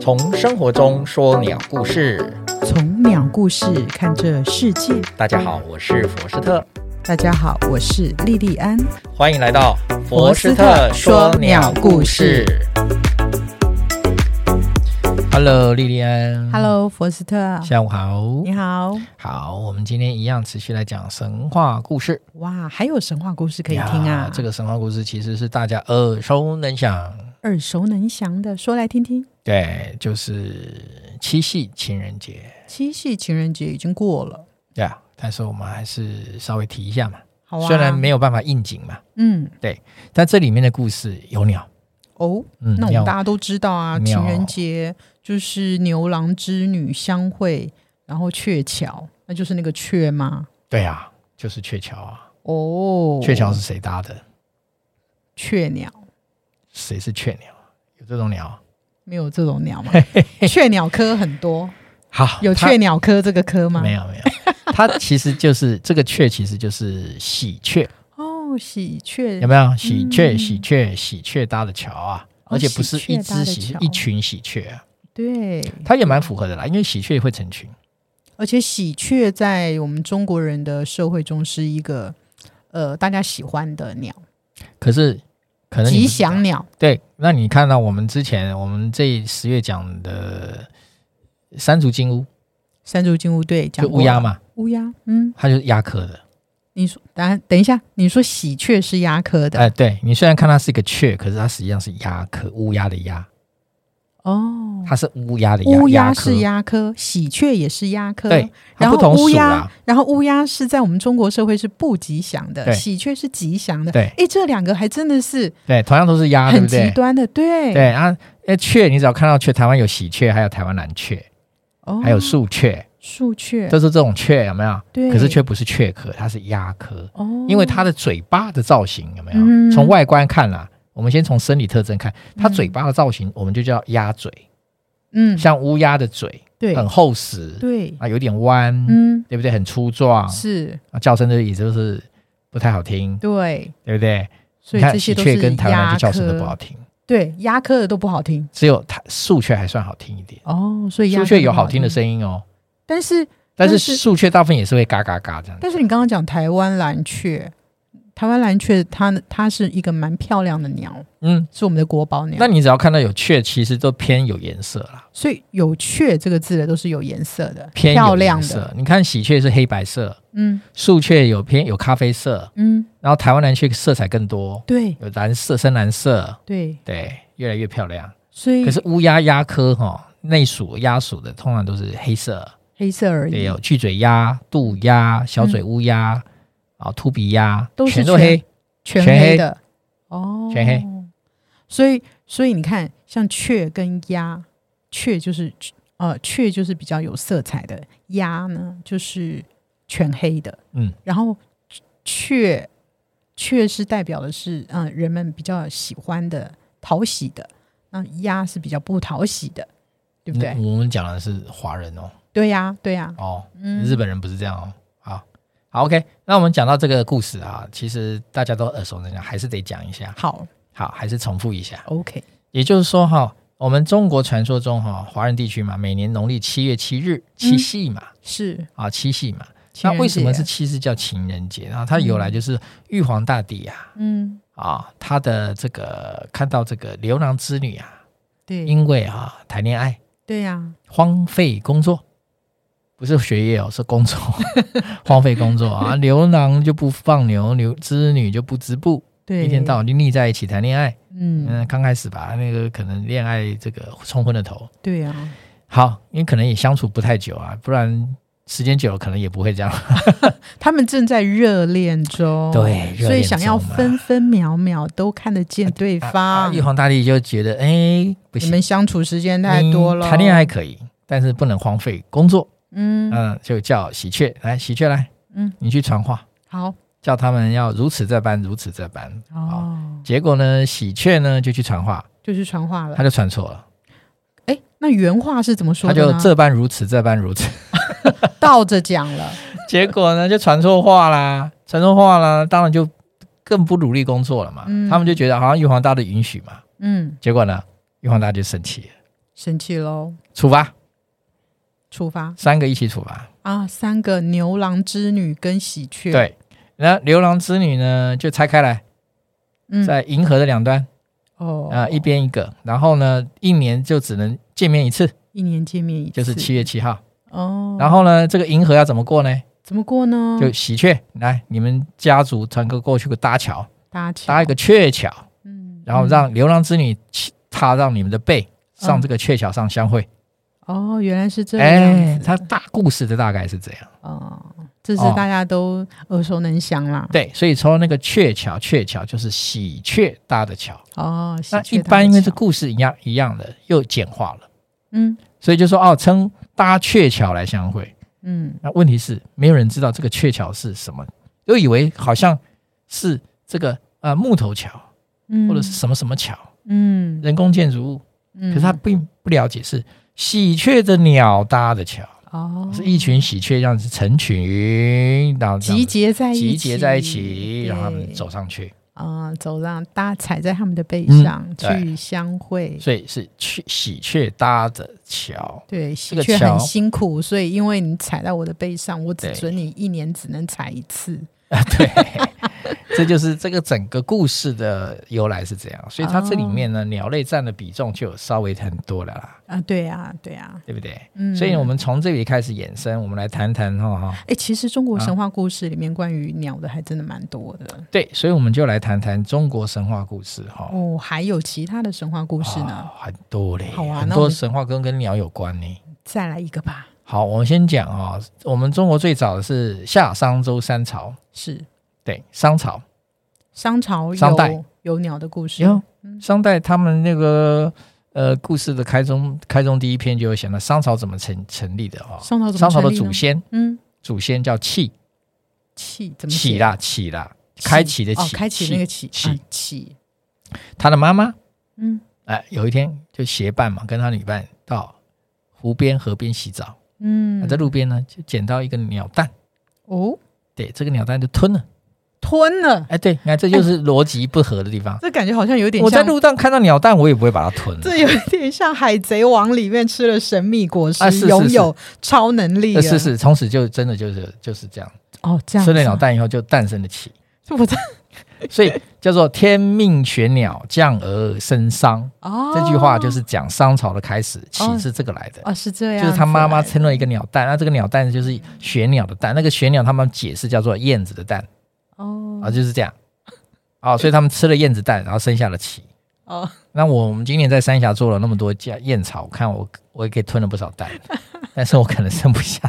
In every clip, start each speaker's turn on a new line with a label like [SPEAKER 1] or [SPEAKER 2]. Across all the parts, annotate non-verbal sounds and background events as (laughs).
[SPEAKER 1] 从生活中说鸟故事。
[SPEAKER 2] 从鸟故事看这世界。
[SPEAKER 1] 大家好，我是佛斯特，
[SPEAKER 2] 大家好，我是莉莉安。
[SPEAKER 1] 欢迎来到
[SPEAKER 2] 佛斯特说鸟故事。
[SPEAKER 1] Hello，莉莉安。
[SPEAKER 2] Hello，佛斯特，
[SPEAKER 1] 下午好。
[SPEAKER 2] 你好。
[SPEAKER 1] 好，我们今天一样持续来讲神话故事，
[SPEAKER 2] 哇，还有神话故事可以听
[SPEAKER 1] 呀
[SPEAKER 2] 啊，
[SPEAKER 1] 这个神话故事其实是大家耳熟能详，
[SPEAKER 2] 耳熟能详的，说来听听。
[SPEAKER 1] 对，就是七夕情人节，
[SPEAKER 2] 七夕情人节已经过了，
[SPEAKER 1] 对啊。但是我们还是稍微提一下嘛，
[SPEAKER 2] 好啊。
[SPEAKER 1] 虽然没有办法应景嘛，
[SPEAKER 2] 嗯
[SPEAKER 1] 但这里面的故事有鸟，
[SPEAKER 2] 哦，
[SPEAKER 1] 嗯，
[SPEAKER 2] 那我
[SPEAKER 1] 鸟
[SPEAKER 2] 们大家都知道啊，
[SPEAKER 1] 妙
[SPEAKER 2] 情人节就是牛郎织女相会，然后鹊桥，那就是那个鹊吗？
[SPEAKER 1] 对啊，就是鹊桥啊，
[SPEAKER 2] 哦，
[SPEAKER 1] 鹊桥是谁搭的？
[SPEAKER 2] 雀鸟，
[SPEAKER 1] 谁是雀鸟？有这种鸟啊？
[SPEAKER 2] 没有这种鸟
[SPEAKER 1] (laughs)
[SPEAKER 2] 吗？雀鸟科很多，
[SPEAKER 1] 好，
[SPEAKER 2] 有
[SPEAKER 1] 它
[SPEAKER 2] 雀鸟科这个科吗？
[SPEAKER 1] 没有没有，它其实就是这个雀，其实就是喜鹊，
[SPEAKER 2] 哦，喜鹊
[SPEAKER 1] 有没有？喜鹊，
[SPEAKER 2] 嗯
[SPEAKER 1] 喜鹊，喜鹊搭的桥啊，
[SPEAKER 2] 哦
[SPEAKER 1] 而且不是一
[SPEAKER 2] 喜鹊搭
[SPEAKER 1] 只
[SPEAKER 2] 的
[SPEAKER 1] 喜鹊
[SPEAKER 2] 桥，
[SPEAKER 1] 一群喜鹊啊，
[SPEAKER 2] 对，
[SPEAKER 1] 它也蛮符合的啦，因为喜鹊会成群。
[SPEAKER 2] 而且喜鹊在我们中国人的社会中是一个呃大家喜欢的鸟，
[SPEAKER 1] 可是可能你
[SPEAKER 2] 吉
[SPEAKER 1] 不知道
[SPEAKER 2] 祥鸟。
[SPEAKER 1] 对，那你看到我们之前我们这十月讲的山竹金乌，
[SPEAKER 2] 山竹金乌对，讲
[SPEAKER 1] 就
[SPEAKER 2] 过
[SPEAKER 1] 乌鸦
[SPEAKER 2] 了，
[SPEAKER 1] 嘛，
[SPEAKER 2] 乌鸦，嗯，
[SPEAKER 1] 它就是鸦科的。
[SPEAKER 2] 你说，等等一下，你说喜鹊是鸦科的、
[SPEAKER 1] 哎、对你虽然看它是一个雀，可是它实际上是鸦科，乌鸦的鸦，
[SPEAKER 2] 哦，
[SPEAKER 1] 它是乌鸦的鸦，
[SPEAKER 2] 乌
[SPEAKER 1] 鸦
[SPEAKER 2] 鸦
[SPEAKER 1] 科
[SPEAKER 2] 是鸦科，喜鹊也是鸦科，
[SPEAKER 1] 对，它
[SPEAKER 2] 然
[SPEAKER 1] 不
[SPEAKER 2] 后
[SPEAKER 1] 同
[SPEAKER 2] 乌
[SPEAKER 1] 属啊
[SPEAKER 2] 鸦
[SPEAKER 1] 啦，，
[SPEAKER 2] 然后乌鸦是在我们中国社会是不吉祥的，
[SPEAKER 1] 对
[SPEAKER 2] 喜鹊是吉祥的。
[SPEAKER 1] 对
[SPEAKER 2] 哎，这两个还真的是
[SPEAKER 1] 对，同样都是鸦，对
[SPEAKER 2] 很
[SPEAKER 1] 不
[SPEAKER 2] 极
[SPEAKER 1] 对？
[SPEAKER 2] 端的，对
[SPEAKER 1] 对啊，哎，雀，你只要看到雀，台湾有喜鹊，还有台湾蓝雀，
[SPEAKER 2] 哦
[SPEAKER 1] 还有树雀，
[SPEAKER 2] 树雀，
[SPEAKER 1] 都是这种雀，有没有？
[SPEAKER 2] 对，
[SPEAKER 1] 可是却不是雀科，它是鸦科，
[SPEAKER 2] 哦，
[SPEAKER 1] 因为它的嘴巴的造型有没有？
[SPEAKER 2] 嗯
[SPEAKER 1] 从外观看啦、我们先从生理特征看，它
[SPEAKER 2] 嗯
[SPEAKER 1] 嘴巴的造型，我们就叫鸭嘴，
[SPEAKER 2] 嗯，
[SPEAKER 1] 像乌鸦的嘴，
[SPEAKER 2] 对
[SPEAKER 1] 很厚实，
[SPEAKER 2] 对，
[SPEAKER 1] 啊，有点弯，
[SPEAKER 2] 嗯，
[SPEAKER 1] 对不对？很粗壮，
[SPEAKER 2] 是，
[SPEAKER 1] 啊，叫声的也就是不太好听，
[SPEAKER 2] 对，
[SPEAKER 1] 对不对？
[SPEAKER 2] 所以
[SPEAKER 1] 你看
[SPEAKER 2] 这些
[SPEAKER 1] 喜
[SPEAKER 2] 都是
[SPEAKER 1] 鹊跟台湾
[SPEAKER 2] 鸦
[SPEAKER 1] 就叫声都
[SPEAKER 2] 科
[SPEAKER 1] 不好听，
[SPEAKER 2] 对，鸦科的都不好听
[SPEAKER 1] 只有它树雀还算好听一点，
[SPEAKER 2] 哦，所以鸦
[SPEAKER 1] 树
[SPEAKER 2] 科
[SPEAKER 1] 雀
[SPEAKER 2] 都
[SPEAKER 1] 有
[SPEAKER 2] 不
[SPEAKER 1] 好听的
[SPEAKER 2] 音，
[SPEAKER 1] 声音哦，
[SPEAKER 2] 但是
[SPEAKER 1] 但是
[SPEAKER 2] 但是
[SPEAKER 1] 树雀大部分也是会嘎嘎嘎这样子。
[SPEAKER 2] 但是你刚刚讲台湾蓝雀，台湾蓝雀它它是一个蛮漂亮的鸟，
[SPEAKER 1] 嗯，
[SPEAKER 2] 是我们的国宝鸟
[SPEAKER 1] 那，你只要看到有雀，其实都偏有颜色啦，
[SPEAKER 2] 所以有雀这个字的都是有颜色的，
[SPEAKER 1] 偏
[SPEAKER 2] 漂
[SPEAKER 1] 有
[SPEAKER 2] 亮
[SPEAKER 1] 颜
[SPEAKER 2] 的，
[SPEAKER 1] 色。你看喜鹊是黑白色，
[SPEAKER 2] 嗯
[SPEAKER 1] 树雀有偏有咖啡色，
[SPEAKER 2] 嗯，
[SPEAKER 1] 然后台湾蓝雀色彩更多，
[SPEAKER 2] 对
[SPEAKER 1] 有蓝色、深蓝色，
[SPEAKER 2] 对，
[SPEAKER 1] 对，越来越漂亮。
[SPEAKER 2] 所以
[SPEAKER 1] 可是乌鸦鸦科哈、内属鸦属的通常都是黑色，
[SPEAKER 2] 黑色而
[SPEAKER 1] 对，哦
[SPEAKER 2] 已，
[SPEAKER 1] 有巨嘴鸦、渡鸦、小嘴乌鸦、啊秃鼻鸦，
[SPEAKER 2] 都是
[SPEAKER 1] 全都
[SPEAKER 2] 全
[SPEAKER 1] 黑。
[SPEAKER 2] 全
[SPEAKER 1] 全黑
[SPEAKER 2] 黑的哦，
[SPEAKER 1] 全黑。
[SPEAKER 2] 所以，所以你看，像雀跟鸭，雀就是呃，雀就是比较有色彩的，鸭呢就是全黑的，
[SPEAKER 1] 嗯，
[SPEAKER 2] 然后雀雀是代表的是嗯、呃人们比较喜欢的、讨喜的，那鸭是比较不讨喜的，对不对？
[SPEAKER 1] 嗯我们讲的是华人哦，
[SPEAKER 2] 对呀、对呀、
[SPEAKER 1] 哦，
[SPEAKER 2] 嗯，
[SPEAKER 1] 日本人不是这样哦。好，好，OK，那我们讲到这个故事啊，其实大家都耳熟能详，还是得讲一下。
[SPEAKER 2] 好
[SPEAKER 1] 好，还是重复一下。
[SPEAKER 2] ，OK，
[SPEAKER 1] 也就是说哈、我们中国传说中哈、华人地区嘛，每年农历七月七日，七夕嘛，
[SPEAKER 2] 是
[SPEAKER 1] 啊，七夕嘛。那
[SPEAKER 2] 情嗯人
[SPEAKER 1] 为什么
[SPEAKER 2] 节
[SPEAKER 1] 是七夕叫情人节？然后它的由来就是玉皇大帝啊，
[SPEAKER 2] 嗯，
[SPEAKER 1] 啊，他的这个看到这个牛郎织女啊，
[SPEAKER 2] 对
[SPEAKER 1] 因为啊谈恋爱
[SPEAKER 2] 对呀、
[SPEAKER 1] 荒废工作，不是学业哦，是工作 (laughs) 荒废工作啊，牛郎就不放牛，牛织女就不织布，
[SPEAKER 2] 对，
[SPEAKER 1] 一天到晚就腻在一起谈恋爱。
[SPEAKER 2] 嗯，
[SPEAKER 1] 嗯，刚开始吧，那个可能恋爱这个冲昏了头，
[SPEAKER 2] 对呀、
[SPEAKER 1] 好，因为可能也相处不太久啊，不然。时间久了可能也不会这样，啊
[SPEAKER 2] 他们正在热恋中，
[SPEAKER 1] 对热恋中嘛
[SPEAKER 2] 所以想要分分秒秒都看得见对
[SPEAKER 1] 啊
[SPEAKER 2] 方。
[SPEAKER 1] 玉皇大帝就觉得，哎、不
[SPEAKER 2] 你
[SPEAKER 1] 行，嗯
[SPEAKER 2] 们相处时间太多了，
[SPEAKER 1] 你谈恋爱，可以，但是不能荒废工作，
[SPEAKER 2] 嗯
[SPEAKER 1] 嗯，就叫喜鹊来，喜鹊来，
[SPEAKER 2] 嗯，
[SPEAKER 1] 你去传话，
[SPEAKER 2] 好
[SPEAKER 1] 叫他们要如此这般，如此这般。
[SPEAKER 2] 哦，
[SPEAKER 1] 结果呢，喜鹊呢就去传话，
[SPEAKER 2] 就是传话了
[SPEAKER 1] 他。就传错了，
[SPEAKER 2] 哎，那原话是怎么说
[SPEAKER 1] 他
[SPEAKER 2] 的
[SPEAKER 1] 就
[SPEAKER 2] 呢？
[SPEAKER 1] 这般如此这般如此， (laughs)
[SPEAKER 2] 倒着讲了，
[SPEAKER 1] 结果呢就传错话啦，传错话啦，当然就更不努力工作了嘛。
[SPEAKER 2] 嗯
[SPEAKER 1] 他们就觉得好像玉皇大帝允许嘛，
[SPEAKER 2] 嗯，
[SPEAKER 1] 结果呢，玉皇大帝就生气了，
[SPEAKER 2] 生气喽，
[SPEAKER 1] 处罚
[SPEAKER 2] 出发
[SPEAKER 1] 三个一起处罚。
[SPEAKER 2] 啊！三个牛郎织女跟喜鹊，，
[SPEAKER 1] 对，那牛郎织女呢就拆开来，
[SPEAKER 2] 嗯，
[SPEAKER 1] 在银河的两端
[SPEAKER 2] 哦
[SPEAKER 1] 啊、一边一个，然后呢一年就只能见面一次，
[SPEAKER 2] 一年见面一次，
[SPEAKER 1] 就是七月七号。
[SPEAKER 2] 哦，
[SPEAKER 1] 然后呢，这个银河要怎么过呢？
[SPEAKER 2] 怎么过呢？
[SPEAKER 1] 就喜鹊来，你们家族团个过去个搭桥，
[SPEAKER 2] 搭桥，
[SPEAKER 1] 搭一个鹊桥，
[SPEAKER 2] 嗯，
[SPEAKER 1] 然后让牛郎织女骑踏上你们的背，上这个鹊桥上相会。
[SPEAKER 2] 嗯哦，原来嗯是这
[SPEAKER 1] 哎
[SPEAKER 2] 样，
[SPEAKER 1] 它大故事的大概是这样。
[SPEAKER 2] 哦，这是
[SPEAKER 1] 哦
[SPEAKER 2] 大家都耳熟能详啦。
[SPEAKER 1] 对，所以从那个鹊桥，鹊桥就是喜鹊搭的桥。
[SPEAKER 2] 哦，喜
[SPEAKER 1] 那
[SPEAKER 2] 鹊
[SPEAKER 1] 一
[SPEAKER 2] 搭
[SPEAKER 1] 般因为
[SPEAKER 2] 桥
[SPEAKER 1] 这故事一样一样的，又简化了，
[SPEAKER 2] 嗯
[SPEAKER 1] 所以就说哦，称搭鹊桥来相会。
[SPEAKER 2] 嗯
[SPEAKER 1] 那问题是，没有人知道这个鹊桥是什么，又以为好像是这个呃木头桥
[SPEAKER 2] 嗯，
[SPEAKER 1] 或者是什么什么桥，
[SPEAKER 2] 嗯
[SPEAKER 1] 人工建筑物。
[SPEAKER 2] 嗯，
[SPEAKER 1] 可是他并不了解是喜鹊的鸟搭的桥，
[SPEAKER 2] 哦
[SPEAKER 1] 是一群喜鹊这样子成群，然后这样
[SPEAKER 2] 集
[SPEAKER 1] 子
[SPEAKER 2] 结在一起，
[SPEAKER 1] 集结在一起，然后他们
[SPEAKER 2] 对
[SPEAKER 1] 走上去，
[SPEAKER 2] 啊、走让大家踩在他们的背
[SPEAKER 1] 嗯
[SPEAKER 2] 上、
[SPEAKER 1] 对
[SPEAKER 2] 去相会。
[SPEAKER 1] 所以是去喜鹊搭的桥。
[SPEAKER 2] 对，喜
[SPEAKER 1] 个
[SPEAKER 2] 鹊
[SPEAKER 1] 桥
[SPEAKER 2] 很辛苦，所以因为你踩到我的背上，我只
[SPEAKER 1] 对
[SPEAKER 2] 准你一年只能踩一次。
[SPEAKER 1] 对，这就是这个整个故事的由来是这样。所以它这里面
[SPEAKER 2] 哦
[SPEAKER 1] 呢，鸟类占的比重就稍微很多了啦，
[SPEAKER 2] 啊，对啊，对啊，
[SPEAKER 1] 对不对？
[SPEAKER 2] 嗯。
[SPEAKER 1] 所以我们从这里开始衍生，我们来谈谈哈哈。
[SPEAKER 2] 哎、其实中国
[SPEAKER 1] 啊
[SPEAKER 2] 神话故事里面关于鸟的还真的蛮多的
[SPEAKER 1] 对，所以我们就来谈谈中国神话故事哈。
[SPEAKER 2] 哦，还有其他的神话故事呢。
[SPEAKER 1] 哦很多嘞，
[SPEAKER 2] 好啊
[SPEAKER 1] 很
[SPEAKER 2] 那我
[SPEAKER 1] 多
[SPEAKER 2] 们
[SPEAKER 1] 神话跟跟鸟有关呢。
[SPEAKER 2] 再来一个吧，
[SPEAKER 1] 好，我们先讲啊、我们中国最早的是夏商周三朝，
[SPEAKER 2] 是
[SPEAKER 1] 对，商朝，
[SPEAKER 2] 商朝有
[SPEAKER 1] 商代
[SPEAKER 2] 有鸟的故事
[SPEAKER 1] 有商代他们那个呃故事的开宗开宗第一篇就有写了商朝怎么成成立的哈、
[SPEAKER 2] 商朝怎么
[SPEAKER 1] 商朝的
[SPEAKER 2] 成立呢
[SPEAKER 1] 祖先，
[SPEAKER 2] 嗯，
[SPEAKER 1] 祖先叫契，
[SPEAKER 2] 启怎么
[SPEAKER 1] 启
[SPEAKER 2] 写？
[SPEAKER 1] 啦，启啦，
[SPEAKER 2] 启
[SPEAKER 1] 开启的
[SPEAKER 2] 哦，
[SPEAKER 1] 启，
[SPEAKER 2] 开启那个
[SPEAKER 1] 启
[SPEAKER 2] 启
[SPEAKER 1] 启
[SPEAKER 2] 啊启，
[SPEAKER 1] 他的妈妈，
[SPEAKER 2] 嗯
[SPEAKER 1] 哎、有一天就结伴嘛，跟他女伴到湖边河边洗澡，
[SPEAKER 2] 嗯
[SPEAKER 1] 那，在路边呢就捡到一个鸟蛋，
[SPEAKER 2] 哦，
[SPEAKER 1] 对，这个鸟蛋就吞了。
[SPEAKER 2] 吞了，
[SPEAKER 1] 哎，对，你看这就是逻辑不合的地方。
[SPEAKER 2] 这感觉好像有点
[SPEAKER 1] 我在
[SPEAKER 2] 像
[SPEAKER 1] 路上看到鸟蛋，我也不会把它吞了。
[SPEAKER 2] (laughs) 这有点像《海贼王》里面吃了神秘果实，
[SPEAKER 1] 啊是是
[SPEAKER 2] 拥有超能力了。啊
[SPEAKER 1] 呃是是，从此就真的就是就是这样，
[SPEAKER 2] 哦，这样
[SPEAKER 1] 吃
[SPEAKER 2] 子
[SPEAKER 1] 了鸟蛋以后就诞生了起，
[SPEAKER 2] 我在
[SPEAKER 1] 所以叫做天命玄鸟，降而生商。
[SPEAKER 2] 哦，
[SPEAKER 1] (laughs) 这句话就是讲商朝的开始，起
[SPEAKER 2] 哦
[SPEAKER 1] 是这个来的。
[SPEAKER 2] 哦，是这样，
[SPEAKER 1] 就是他妈妈生了一个鸟蛋，那这个鸟蛋就是玄鸟的蛋，那个玄鸟他们解释叫做燕子的蛋
[SPEAKER 2] 哦
[SPEAKER 1] 啊，就是这样。哦，所以他们吃了燕子蛋，然后生下了起。
[SPEAKER 2] 哦，
[SPEAKER 1] 那我们今年在三峡做了那么多家燕巢，我看我我也给吞了不少蛋，但是我可能生不下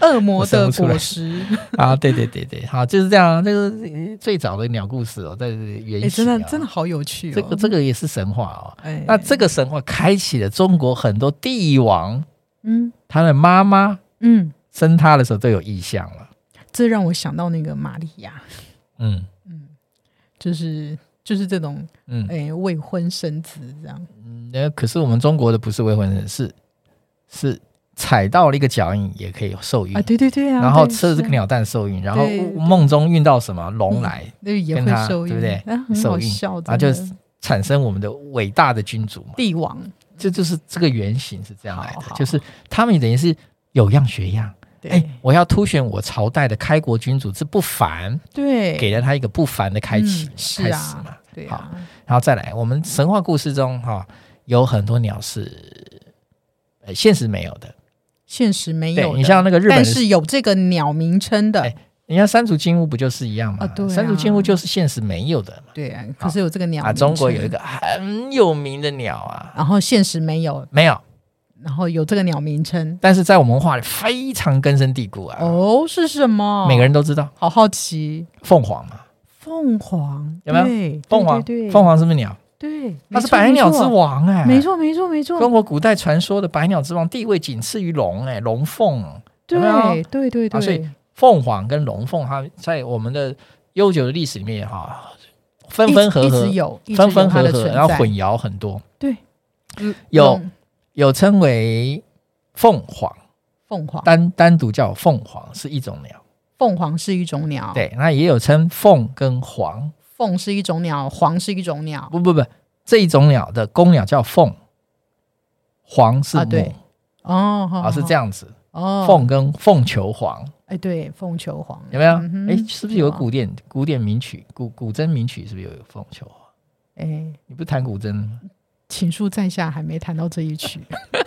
[SPEAKER 2] 恶魔
[SPEAKER 1] 我生
[SPEAKER 2] 的
[SPEAKER 1] 不出来 (laughs)
[SPEAKER 2] 果实，
[SPEAKER 1] 啊。对对对对，好，就是这样啊，这个最早的鸟故事哦，在原
[SPEAKER 2] 哎、
[SPEAKER 1] 始、啊
[SPEAKER 2] 真的真的，好有趣哦。
[SPEAKER 1] 这个这个也是神话哦。
[SPEAKER 2] 哎，
[SPEAKER 1] 那这个神话开启了中国很多帝王，
[SPEAKER 2] 嗯
[SPEAKER 1] 他的妈妈
[SPEAKER 2] 嗯，
[SPEAKER 1] 生他的时候都有意向了。
[SPEAKER 2] 这让我想到那个玛利亚，
[SPEAKER 1] 嗯
[SPEAKER 2] 就是就是这种
[SPEAKER 1] 嗯，
[SPEAKER 2] 哎、未婚生子这样。
[SPEAKER 1] 那、可是我们中国的不是未婚人士，是踩到了一个脚印也可以受孕
[SPEAKER 2] 啊，对对对啊，
[SPEAKER 1] 然后
[SPEAKER 2] 对
[SPEAKER 1] 吃了这个，
[SPEAKER 2] 是啊
[SPEAKER 1] 鸟蛋受孕，然后
[SPEAKER 2] 对嗯
[SPEAKER 1] 梦中运到什么龙来，
[SPEAKER 2] 对也
[SPEAKER 1] 跟
[SPEAKER 2] 会
[SPEAKER 1] 他
[SPEAKER 2] 受
[SPEAKER 1] 对
[SPEAKER 2] 孕，
[SPEAKER 1] 不对
[SPEAKER 2] 啊、很
[SPEAKER 1] 受
[SPEAKER 2] 好
[SPEAKER 1] 孕
[SPEAKER 2] 笑，
[SPEAKER 1] 然后
[SPEAKER 2] 真
[SPEAKER 1] 就
[SPEAKER 2] 的
[SPEAKER 1] 是产生我们的伟大的君主嘛。
[SPEAKER 2] 帝王，
[SPEAKER 1] 这就是这个原型是这样来的
[SPEAKER 2] 好，好
[SPEAKER 1] 就是他们等于是有样学样。
[SPEAKER 2] 对、
[SPEAKER 1] 哎，我要凸显我朝代的开国君主之不凡，
[SPEAKER 2] 对，
[SPEAKER 1] 给了他一个不凡的开启嘛、
[SPEAKER 2] 嗯是
[SPEAKER 1] 开始嘛
[SPEAKER 2] 啊。，对
[SPEAKER 1] 好
[SPEAKER 2] 啊，
[SPEAKER 1] 然后再来，我们神话故事中哈、有很多鸟是。呃现实没有的，
[SPEAKER 2] 现实没有
[SPEAKER 1] 对
[SPEAKER 2] 的。
[SPEAKER 1] 你像那个日本
[SPEAKER 2] 但
[SPEAKER 1] 的
[SPEAKER 2] 是有这个鸟名称的
[SPEAKER 1] 哎，你看三足金乌不就是一样吗？
[SPEAKER 2] 啊对啊
[SPEAKER 1] 三足金乌就是现实没有的嘛。
[SPEAKER 2] 对啊，
[SPEAKER 1] 好
[SPEAKER 2] 可是有这个鸟
[SPEAKER 1] 啊，
[SPEAKER 2] 名称
[SPEAKER 1] 中国有一，个很有名的鸟啊，
[SPEAKER 2] 然后现实没有，
[SPEAKER 1] 没有，
[SPEAKER 2] 然后有这个鸟名称
[SPEAKER 1] 但是在我们文化里非常根深蒂固啊，
[SPEAKER 2] 哦，是什么？
[SPEAKER 1] 每个人都知道
[SPEAKER 2] 好好奇，
[SPEAKER 1] 凤凰嘛，
[SPEAKER 2] 凤凰
[SPEAKER 1] 有没有
[SPEAKER 2] 有
[SPEAKER 1] 凤凰，
[SPEAKER 2] 对，
[SPEAKER 1] 凤凰是不是鸟？
[SPEAKER 2] 对，
[SPEAKER 1] 它
[SPEAKER 2] 没
[SPEAKER 1] 是
[SPEAKER 2] 错
[SPEAKER 1] 百鸟之，王哎、
[SPEAKER 2] 没。错没错没错
[SPEAKER 1] 中
[SPEAKER 2] 没错，
[SPEAKER 1] 国古代传说的百鸟之王地位仅次于龙哎、龙凤、有没有
[SPEAKER 2] 对对对
[SPEAKER 1] 啊所以
[SPEAKER 2] 对，
[SPEAKER 1] 凤凰跟龙凤，它在我们的悠久的历史里面哈，分分合
[SPEAKER 2] 一直
[SPEAKER 1] 合
[SPEAKER 2] 一直，有，一直
[SPEAKER 1] 分分
[SPEAKER 2] 有它
[SPEAKER 1] 合
[SPEAKER 2] 的
[SPEAKER 1] 合，
[SPEAKER 2] 存
[SPEAKER 1] 然后
[SPEAKER 2] 在
[SPEAKER 1] 混淆很多，
[SPEAKER 2] 嗯
[SPEAKER 1] 有
[SPEAKER 2] 嗯啊
[SPEAKER 1] 有称为凤凰，
[SPEAKER 2] 凤凰，
[SPEAKER 1] 单单独叫凤凰是一种鸟，
[SPEAKER 2] 凤凰是一种鸟，，
[SPEAKER 1] 对，那也有称凤跟凰，
[SPEAKER 2] 凤是一种鸟，凰是一种鸟，
[SPEAKER 1] 不不不，这一种鸟的公鸟叫凤，黄是
[SPEAKER 2] 啊对
[SPEAKER 1] 母
[SPEAKER 2] 哦，好
[SPEAKER 1] 啊，是这
[SPEAKER 2] 样
[SPEAKER 1] 样子。
[SPEAKER 2] 哦。
[SPEAKER 1] 凤跟凤求凰
[SPEAKER 2] 哎，对，凤求凰
[SPEAKER 1] 有没有
[SPEAKER 2] 嗯？哼
[SPEAKER 1] 哎，是不是有古典古典名曲、古古筝名曲？是不是有凤求凰？
[SPEAKER 2] 哎，
[SPEAKER 1] 你不是弹古筝的吗？
[SPEAKER 2] 请恕在下还没谈到这一曲。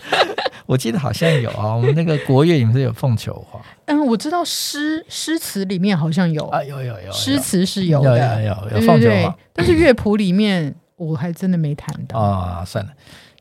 [SPEAKER 2] (laughs)
[SPEAKER 1] 我记得好像有啊，我们那个国乐里面是有凤求凰
[SPEAKER 2] 嗯，我知道诗诗词里面好像有，
[SPEAKER 1] 啊，有有有有
[SPEAKER 2] 诗词是有的，
[SPEAKER 1] 有有有
[SPEAKER 2] 对
[SPEAKER 1] 凤
[SPEAKER 2] 对
[SPEAKER 1] 求
[SPEAKER 2] 对
[SPEAKER 1] 凰。
[SPEAKER 2] 但是乐谱里面我还真的没谈到。
[SPEAKER 1] 啊，算了。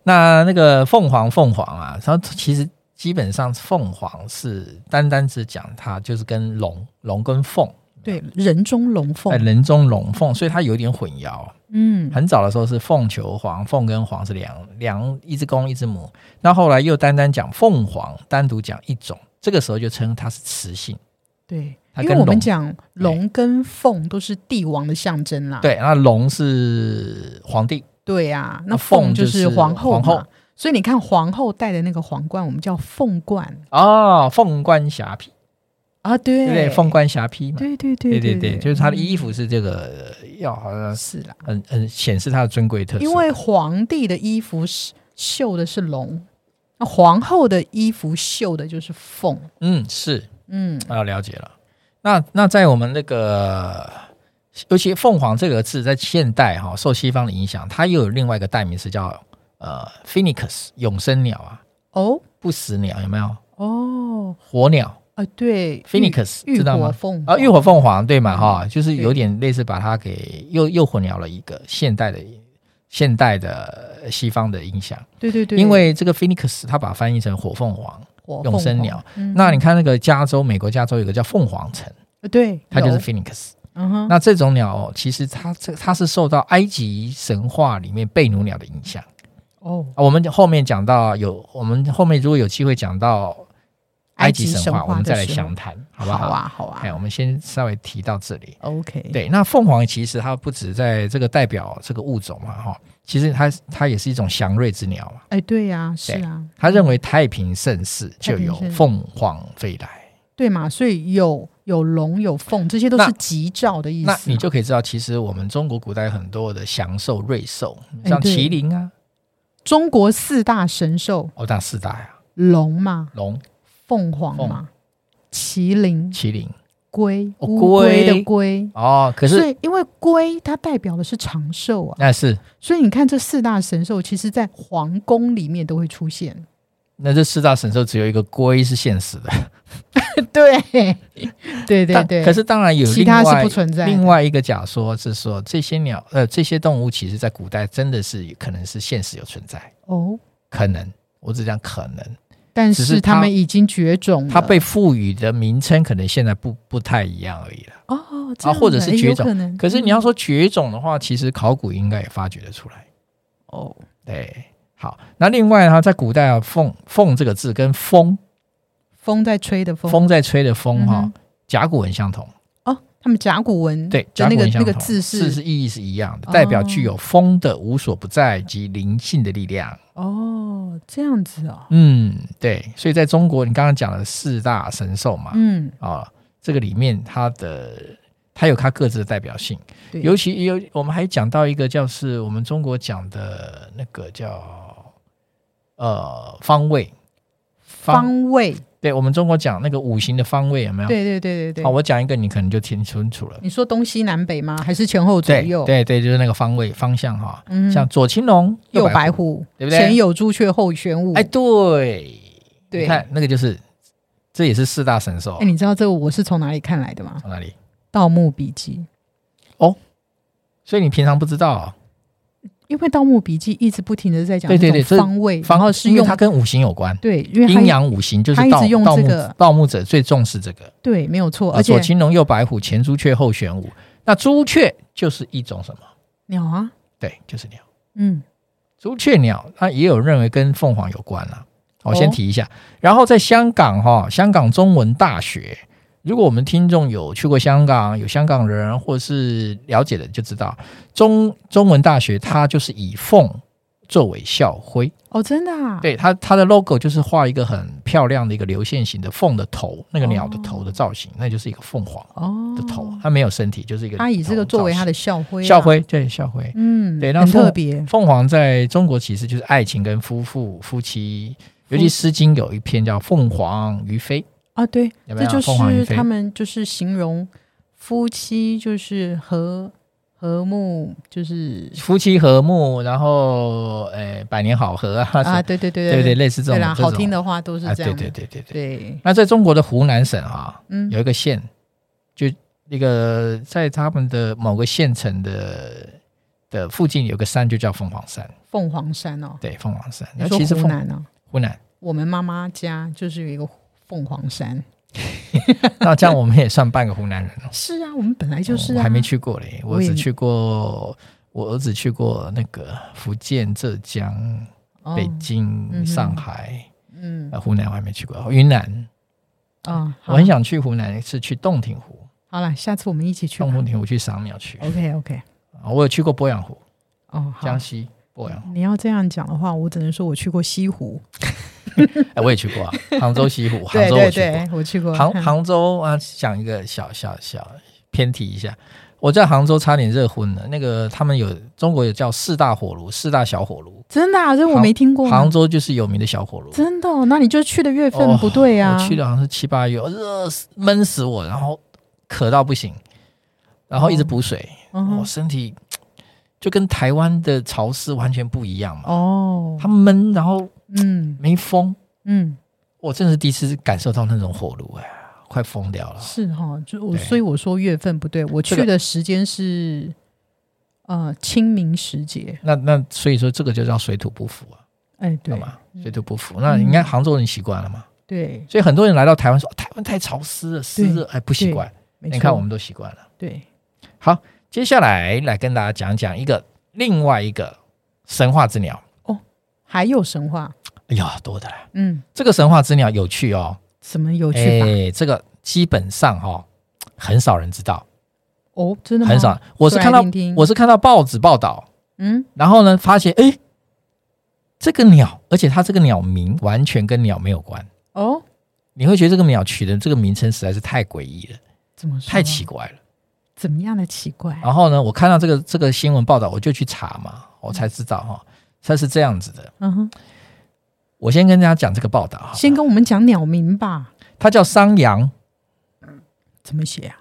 [SPEAKER 1] 那那个凤凰凤凰啊，它其实基本上凤凰是单单只讲它就是跟龙龙跟凤，
[SPEAKER 2] 对，人中龙凤
[SPEAKER 1] 哎，，人中龙凤，所以它有点混淆。啊
[SPEAKER 2] 嗯，
[SPEAKER 1] 很早的时候是凤求凰，凤跟凰是两两一只公一只母，那后来又单单讲凤凰，单独讲一种，这个时候就称它是雌性。
[SPEAKER 2] 对，
[SPEAKER 1] 它
[SPEAKER 2] 因为
[SPEAKER 1] 跟
[SPEAKER 2] 我们
[SPEAKER 1] 龙哎
[SPEAKER 2] 讲龙跟凤都是帝王的象征啦。
[SPEAKER 1] 对，那龙是皇帝，
[SPEAKER 2] 对啊，那
[SPEAKER 1] 那
[SPEAKER 2] 凤
[SPEAKER 1] 凤
[SPEAKER 2] 就
[SPEAKER 1] 就是是
[SPEAKER 2] 皇后嘛
[SPEAKER 1] 皇后
[SPEAKER 2] 所以你看皇后戴的那个皇冠，我们叫凤冠
[SPEAKER 1] 哦，凤冠霞帔，
[SPEAKER 2] 啊，对
[SPEAKER 1] 对不对？凤冠霞帔嘛，
[SPEAKER 2] 对对
[SPEAKER 1] 对
[SPEAKER 2] 对对
[SPEAKER 1] 对，就是他的
[SPEAKER 2] 嗯
[SPEAKER 1] 衣服是这个呃要好像
[SPEAKER 2] 是啦，
[SPEAKER 1] 很很显示他的尊贵特色，
[SPEAKER 2] 因为皇帝的衣服是绣的是龙，那皇后的衣服绣的就是凤。
[SPEAKER 1] 嗯是
[SPEAKER 2] 嗯，
[SPEAKER 1] 啊了解了。那那在我们那个，尤其“凤凰”这个字，在现代哈、受西方的影响，它又有另外一个代名词叫呃 “phoenix” 永生鸟啊，
[SPEAKER 2] 哦
[SPEAKER 1] 不死鸟有没有？
[SPEAKER 2] 哦，
[SPEAKER 1] 火鸟
[SPEAKER 2] 啊，对
[SPEAKER 1] Phoenix，
[SPEAKER 2] 浴
[SPEAKER 1] 知道吗
[SPEAKER 2] 火凤嗯
[SPEAKER 1] 啊，浴火凤凰对嘛哈、就是
[SPEAKER 2] 对
[SPEAKER 1] 有点类似把它给又又混淆了一个现代的现代的西方的影响。
[SPEAKER 2] 对对对，
[SPEAKER 1] 因为这个 phoenix 它把它翻译成火凤凰。
[SPEAKER 2] 火
[SPEAKER 1] 永
[SPEAKER 2] 凤
[SPEAKER 1] 生
[SPEAKER 2] 凰
[SPEAKER 1] 鸟，
[SPEAKER 2] 嗯呃
[SPEAKER 1] 那你看那个加州，美国加州有个叫凤凰城，
[SPEAKER 2] 对，
[SPEAKER 1] 它就是
[SPEAKER 2] 有
[SPEAKER 1] phoenix。
[SPEAKER 2] 嗯哼，
[SPEAKER 1] 那这种鸟哦其实它这它是受到埃及神话里面贝努鸟的影响。
[SPEAKER 2] 哦，
[SPEAKER 1] 啊我们后面讲到有，我们后面如果有机会讲到埃及神
[SPEAKER 2] 神
[SPEAKER 1] 话，我们
[SPEAKER 2] 的
[SPEAKER 1] 再来
[SPEAKER 2] 时候
[SPEAKER 1] 详，谈，好不
[SPEAKER 2] 好
[SPEAKER 1] 好？
[SPEAKER 2] 啊，好啊
[SPEAKER 1] 哎，我们先稍微提到这里。
[SPEAKER 2] ，OK，，
[SPEAKER 1] 对，那凤凰其实它不止在这个代表这个物种嘛，哈，其实它它也是一种祥瑞之鸟嘛。
[SPEAKER 2] 哎，对呀，是啊，
[SPEAKER 1] 他认为太平盛世就有
[SPEAKER 2] 太平盛世
[SPEAKER 1] 凤凰飞来，
[SPEAKER 2] 对嘛，所以有有龙有凤，这些都
[SPEAKER 1] 那
[SPEAKER 2] 是吉兆的意思
[SPEAKER 1] 那
[SPEAKER 2] 嘛。
[SPEAKER 1] 你就可以知道，其实我们中国古代很多的祥兽、瑞兽，
[SPEAKER 2] 哎
[SPEAKER 1] 像
[SPEAKER 2] 对
[SPEAKER 1] 麒麟啊，
[SPEAKER 2] 中国四大神兽，
[SPEAKER 1] 哦，那四大呀、
[SPEAKER 2] 龙嘛，
[SPEAKER 1] 龙、
[SPEAKER 2] 凤凰嘛，麒麟、
[SPEAKER 1] 麒麟
[SPEAKER 2] 龟，
[SPEAKER 1] 哦
[SPEAKER 2] 乌龟的
[SPEAKER 1] 龟
[SPEAKER 2] 龟。
[SPEAKER 1] 哦，可
[SPEAKER 2] 所
[SPEAKER 1] 是
[SPEAKER 2] 以，因为龟它代表的是长寿啊，
[SPEAKER 1] 那是
[SPEAKER 2] 所以你看这四大神兽，其实在皇宫里面都会
[SPEAKER 1] (laughs)
[SPEAKER 2] 出现。
[SPEAKER 1] 那这四大神兽只有一个龟是现实的， (laughs)
[SPEAKER 2] 对，对对
[SPEAKER 1] 但
[SPEAKER 2] 对。
[SPEAKER 1] 可是当然有
[SPEAKER 2] 其
[SPEAKER 1] 另
[SPEAKER 2] 他是
[SPEAKER 1] 外
[SPEAKER 2] 不存在的
[SPEAKER 1] 另外一个假说是说，这些鸟呃这些动物其实在古代真的是可能是现实有存在，
[SPEAKER 2] 哦，
[SPEAKER 1] 可能我只讲可能，
[SPEAKER 2] 但
[SPEAKER 1] 只是
[SPEAKER 2] 是他
[SPEAKER 1] 它
[SPEAKER 2] 们已经绝种了。
[SPEAKER 1] 它被赋予的名称可能现在不不太一样而已了。
[SPEAKER 2] 哦，这
[SPEAKER 1] 啊
[SPEAKER 2] 样
[SPEAKER 1] 或者
[SPEAKER 2] 子
[SPEAKER 1] 是
[SPEAKER 2] 哎
[SPEAKER 1] 绝
[SPEAKER 2] 有
[SPEAKER 1] 种
[SPEAKER 2] 可能。
[SPEAKER 1] 可是你要说绝种的话，其实考古应该也发掘得出来。
[SPEAKER 2] 哦，
[SPEAKER 1] 对，好，那另外呢，在古代啊，凤凤这个字跟风
[SPEAKER 2] 风在吹的风，
[SPEAKER 1] 风在吹的风哈、
[SPEAKER 2] 嗯
[SPEAKER 1] 甲骨文相同。
[SPEAKER 2] 哦，他们甲骨文
[SPEAKER 1] 对，
[SPEAKER 2] 的
[SPEAKER 1] 甲骨
[SPEAKER 2] 那个
[SPEAKER 1] 文相
[SPEAKER 2] 那
[SPEAKER 1] 同，
[SPEAKER 2] 个字
[SPEAKER 1] 是
[SPEAKER 2] 是
[SPEAKER 1] 意义是一样的，
[SPEAKER 2] 哦
[SPEAKER 1] 代表具有风的无所不在及灵性的力量。
[SPEAKER 2] 哦，这样子哦，
[SPEAKER 1] 嗯，对，所以在中国，你刚刚讲的四大神兽嘛，
[SPEAKER 2] 嗯，
[SPEAKER 1] 啊、这个里面它的它有它各自的代表性。
[SPEAKER 2] 对，
[SPEAKER 1] 尤其有我们还讲到一个叫是我们中国讲的那个叫呃方位，
[SPEAKER 2] 方位，
[SPEAKER 1] 对我们中国讲那个五行的方啊位有没有？
[SPEAKER 2] 对对对对
[SPEAKER 1] 好，
[SPEAKER 2] 对。
[SPEAKER 1] 我讲一个你可能就听清楚了。
[SPEAKER 2] 你说东西南北吗？还是前后左
[SPEAKER 1] 对
[SPEAKER 2] 右？，
[SPEAKER 1] 对对，就是那个方位方向哈、
[SPEAKER 2] 嗯，
[SPEAKER 1] 像左青龙
[SPEAKER 2] 右
[SPEAKER 1] 白
[SPEAKER 2] 白
[SPEAKER 1] 虎，
[SPEAKER 2] 虎，
[SPEAKER 1] 对不对
[SPEAKER 2] 前有朱雀，后有玄武。
[SPEAKER 1] 哎，对，
[SPEAKER 2] 对，嗯
[SPEAKER 1] 你
[SPEAKER 2] 哎，
[SPEAKER 1] 看那个就是，这也是四大神兽。
[SPEAKER 2] 你知道这个我是从哪里看来的吗？《
[SPEAKER 1] 从哪里？
[SPEAKER 2] 盗墓笔记》，
[SPEAKER 1] 所以你平常不知道哦、
[SPEAKER 2] 因为《盗墓笔记》一直不停的在讲
[SPEAKER 1] 对对
[SPEAKER 2] 那种
[SPEAKER 1] 对这
[SPEAKER 2] 方位，
[SPEAKER 1] 方
[SPEAKER 2] 然后是
[SPEAKER 1] 因为
[SPEAKER 2] 用
[SPEAKER 1] 它跟五行有关，
[SPEAKER 2] 对，因为它
[SPEAKER 1] 阴阳五行就是
[SPEAKER 2] 他一直
[SPEAKER 1] 盗
[SPEAKER 2] 用
[SPEAKER 1] 盗
[SPEAKER 2] 这
[SPEAKER 1] 墓
[SPEAKER 2] 个
[SPEAKER 1] 盗墓者最重视这个。
[SPEAKER 2] 对没有错，
[SPEAKER 1] 啊
[SPEAKER 2] 而且
[SPEAKER 1] 左青龙，右白虎，前朱雀，后玄武。那朱雀就是一种什么？
[SPEAKER 2] 鸟啊，
[SPEAKER 1] 对，就是鸟。
[SPEAKER 2] 嗯，
[SPEAKER 1] 朱雀鸟，它也有认为跟凤凰有关啦、我先
[SPEAKER 2] 哦
[SPEAKER 1] 提一下，然后在香港哈、香港中文大学，如果我们听众有去过香港，有香港人或是了解的，就知道中中文大学它就是以凤皱尾笑灰。
[SPEAKER 2] 哦，真的啊，
[SPEAKER 1] 对它它的 logo 就是画一个很漂亮的一个流线型的凤的头，那个鸟的头的造型，那就是一个凤凰
[SPEAKER 2] 哦
[SPEAKER 1] 的头，，它没有身体，就是一个
[SPEAKER 2] 它以这个作为它
[SPEAKER 1] 的
[SPEAKER 2] 的校徽、啊，
[SPEAKER 1] 校，徽，对校徽。
[SPEAKER 2] 嗯，
[SPEAKER 1] 对那
[SPEAKER 2] 很
[SPEAKER 1] 凤
[SPEAKER 2] 特别，
[SPEAKER 1] 凤凰在中国其实就是爱情跟夫妇夫妻，尤其《诗经》有一篇叫《凤凰于飞》，
[SPEAKER 2] 啊，对，
[SPEAKER 1] 有没
[SPEAKER 2] 这
[SPEAKER 1] 有
[SPEAKER 2] 就
[SPEAKER 1] 凤凰于
[SPEAKER 2] 是
[SPEAKER 1] 飞
[SPEAKER 2] 他们就是形容夫妻就是和和睦，就是
[SPEAKER 1] 夫妻和睦，然后呃百年好合啊，
[SPEAKER 2] 啊，
[SPEAKER 1] 是
[SPEAKER 2] 对对对
[SPEAKER 1] 对对，
[SPEAKER 2] 对
[SPEAKER 1] 类似这
[SPEAKER 2] 对
[SPEAKER 1] 种
[SPEAKER 2] 啦，
[SPEAKER 1] 这
[SPEAKER 2] 好
[SPEAKER 1] 种
[SPEAKER 2] 听的话都是
[SPEAKER 1] 啊，
[SPEAKER 2] 这
[SPEAKER 1] 对
[SPEAKER 2] 样
[SPEAKER 1] 对
[SPEAKER 2] 的，
[SPEAKER 1] 对对对。
[SPEAKER 2] 对
[SPEAKER 1] 那在中国的湖南省啊，
[SPEAKER 2] 嗯，
[SPEAKER 1] 有一个县，就那个在他们的某个县城的的附近有个山，就叫凤凰山。
[SPEAKER 2] 凤凰山哦，
[SPEAKER 1] 对，凤凰山。
[SPEAKER 2] 你
[SPEAKER 1] 那
[SPEAKER 2] 说
[SPEAKER 1] 其实
[SPEAKER 2] 湖
[SPEAKER 1] 凤
[SPEAKER 2] 南哦，
[SPEAKER 1] 湖南，
[SPEAKER 2] 我们妈妈家就是有一个凤凰山，
[SPEAKER 1] 那这样我们也算半个湖南人了。
[SPEAKER 2] 是啊，我们本来就是
[SPEAKER 1] 哦我
[SPEAKER 2] 啊，
[SPEAKER 1] 还没去过嘞，我
[SPEAKER 2] 我也
[SPEAKER 1] 只去过。我只去过那个福建、浙江、
[SPEAKER 2] 哦
[SPEAKER 1] 北
[SPEAKER 2] 嗯哼
[SPEAKER 1] 京、上海，
[SPEAKER 2] 嗯
[SPEAKER 1] 呃，湖南我还没去过。云南，
[SPEAKER 2] 啊，
[SPEAKER 1] 我很想去湖南，是去洞庭湖。
[SPEAKER 2] 好了，下次我们一起去吧。
[SPEAKER 1] 洞庭湖去赏鸟去，
[SPEAKER 2] OK OK，
[SPEAKER 1] 我有去过鄱阳湖，
[SPEAKER 2] 哦，好
[SPEAKER 1] 江。西鄱阳湖。 (laughs)
[SPEAKER 2] 你要这样讲的话，我只能说我去过西湖，
[SPEAKER 1] 哎，我也去过
[SPEAKER 2] (laughs)
[SPEAKER 1] 啊，杭州西湖，杭
[SPEAKER 2] 对
[SPEAKER 1] 州我
[SPEAKER 2] 对
[SPEAKER 1] 去过。
[SPEAKER 2] 对，我去过
[SPEAKER 1] 杭
[SPEAKER 2] 嗯
[SPEAKER 1] 杭州啊，讲一个小小小偏题一下，我在杭州差点热昏了。那个他们有中国有叫四大火炉，四大小火炉，
[SPEAKER 2] 真的啊，这我
[SPEAKER 1] 杭
[SPEAKER 2] 没听过。
[SPEAKER 1] 杭州就是有名的小火炉。
[SPEAKER 2] 真的哦、那你就去的月份
[SPEAKER 1] 哦
[SPEAKER 2] 不对啊。
[SPEAKER 1] 我去的好像是七八月，我热死闷死我，然后渴到不行，然后一直补水，
[SPEAKER 2] 嗯
[SPEAKER 1] 我
[SPEAKER 2] 哼，
[SPEAKER 1] 身体就跟台湾的潮湿完全不一样嘛。
[SPEAKER 2] 哦，
[SPEAKER 1] 它闷，然后
[SPEAKER 2] 嗯
[SPEAKER 1] 没风，
[SPEAKER 2] 嗯，
[SPEAKER 1] 我真的是第一次感受到那种火炉，哎，快疯掉了。
[SPEAKER 2] 是哈、就我
[SPEAKER 1] 对
[SPEAKER 2] 所以我说月份不对，我
[SPEAKER 1] 这
[SPEAKER 2] 去
[SPEAKER 1] 个
[SPEAKER 2] 的时间是、呃清明时节，
[SPEAKER 1] 那那所以说这个就叫水土不服啊，
[SPEAKER 2] 哎，
[SPEAKER 1] 对
[SPEAKER 2] 对嗯
[SPEAKER 1] 吗？水土不服，那应该杭州人习惯了嘛？
[SPEAKER 2] 对，
[SPEAKER 1] 所以很多人来到台湾说哦台湾太潮湿了，湿热，哎，不习惯。
[SPEAKER 2] 没错，
[SPEAKER 1] 你看我们都习惯了。
[SPEAKER 2] 对
[SPEAKER 1] 好，接下来来跟大家讲讲一个另外一个神话之鸟。
[SPEAKER 2] 还有神话，
[SPEAKER 1] 哎呀，多的啦！
[SPEAKER 2] 嗯，
[SPEAKER 1] 这个神话之鸟有趣哦，
[SPEAKER 2] 什么有趣法？
[SPEAKER 1] 哎，这个基本上哈、哦、很少人知道，
[SPEAKER 2] 哦，真的吗
[SPEAKER 1] 很少。我是看到
[SPEAKER 2] 说来听听
[SPEAKER 1] 我是看到报纸报道，
[SPEAKER 2] 嗯，
[SPEAKER 1] 然后呢发现哎，这个鸟，而且它这个鸟名完全跟鸟没有关。
[SPEAKER 2] 哦，
[SPEAKER 1] 你会觉得这个鸟取的这个名称实在是太诡异了，
[SPEAKER 2] 怎么说？
[SPEAKER 1] 太奇，怪了。
[SPEAKER 2] 怎么样的奇怪？啊
[SPEAKER 1] 然后呢，我看到这个这个新闻报道，我就去查嘛，我才知道哈、它是这样子的。
[SPEAKER 2] 嗯哼，
[SPEAKER 1] 我先跟大家讲这个报道哈，
[SPEAKER 2] 先跟我们讲鸟鸣吧，
[SPEAKER 1] 它叫商羊，
[SPEAKER 2] 怎么写啊？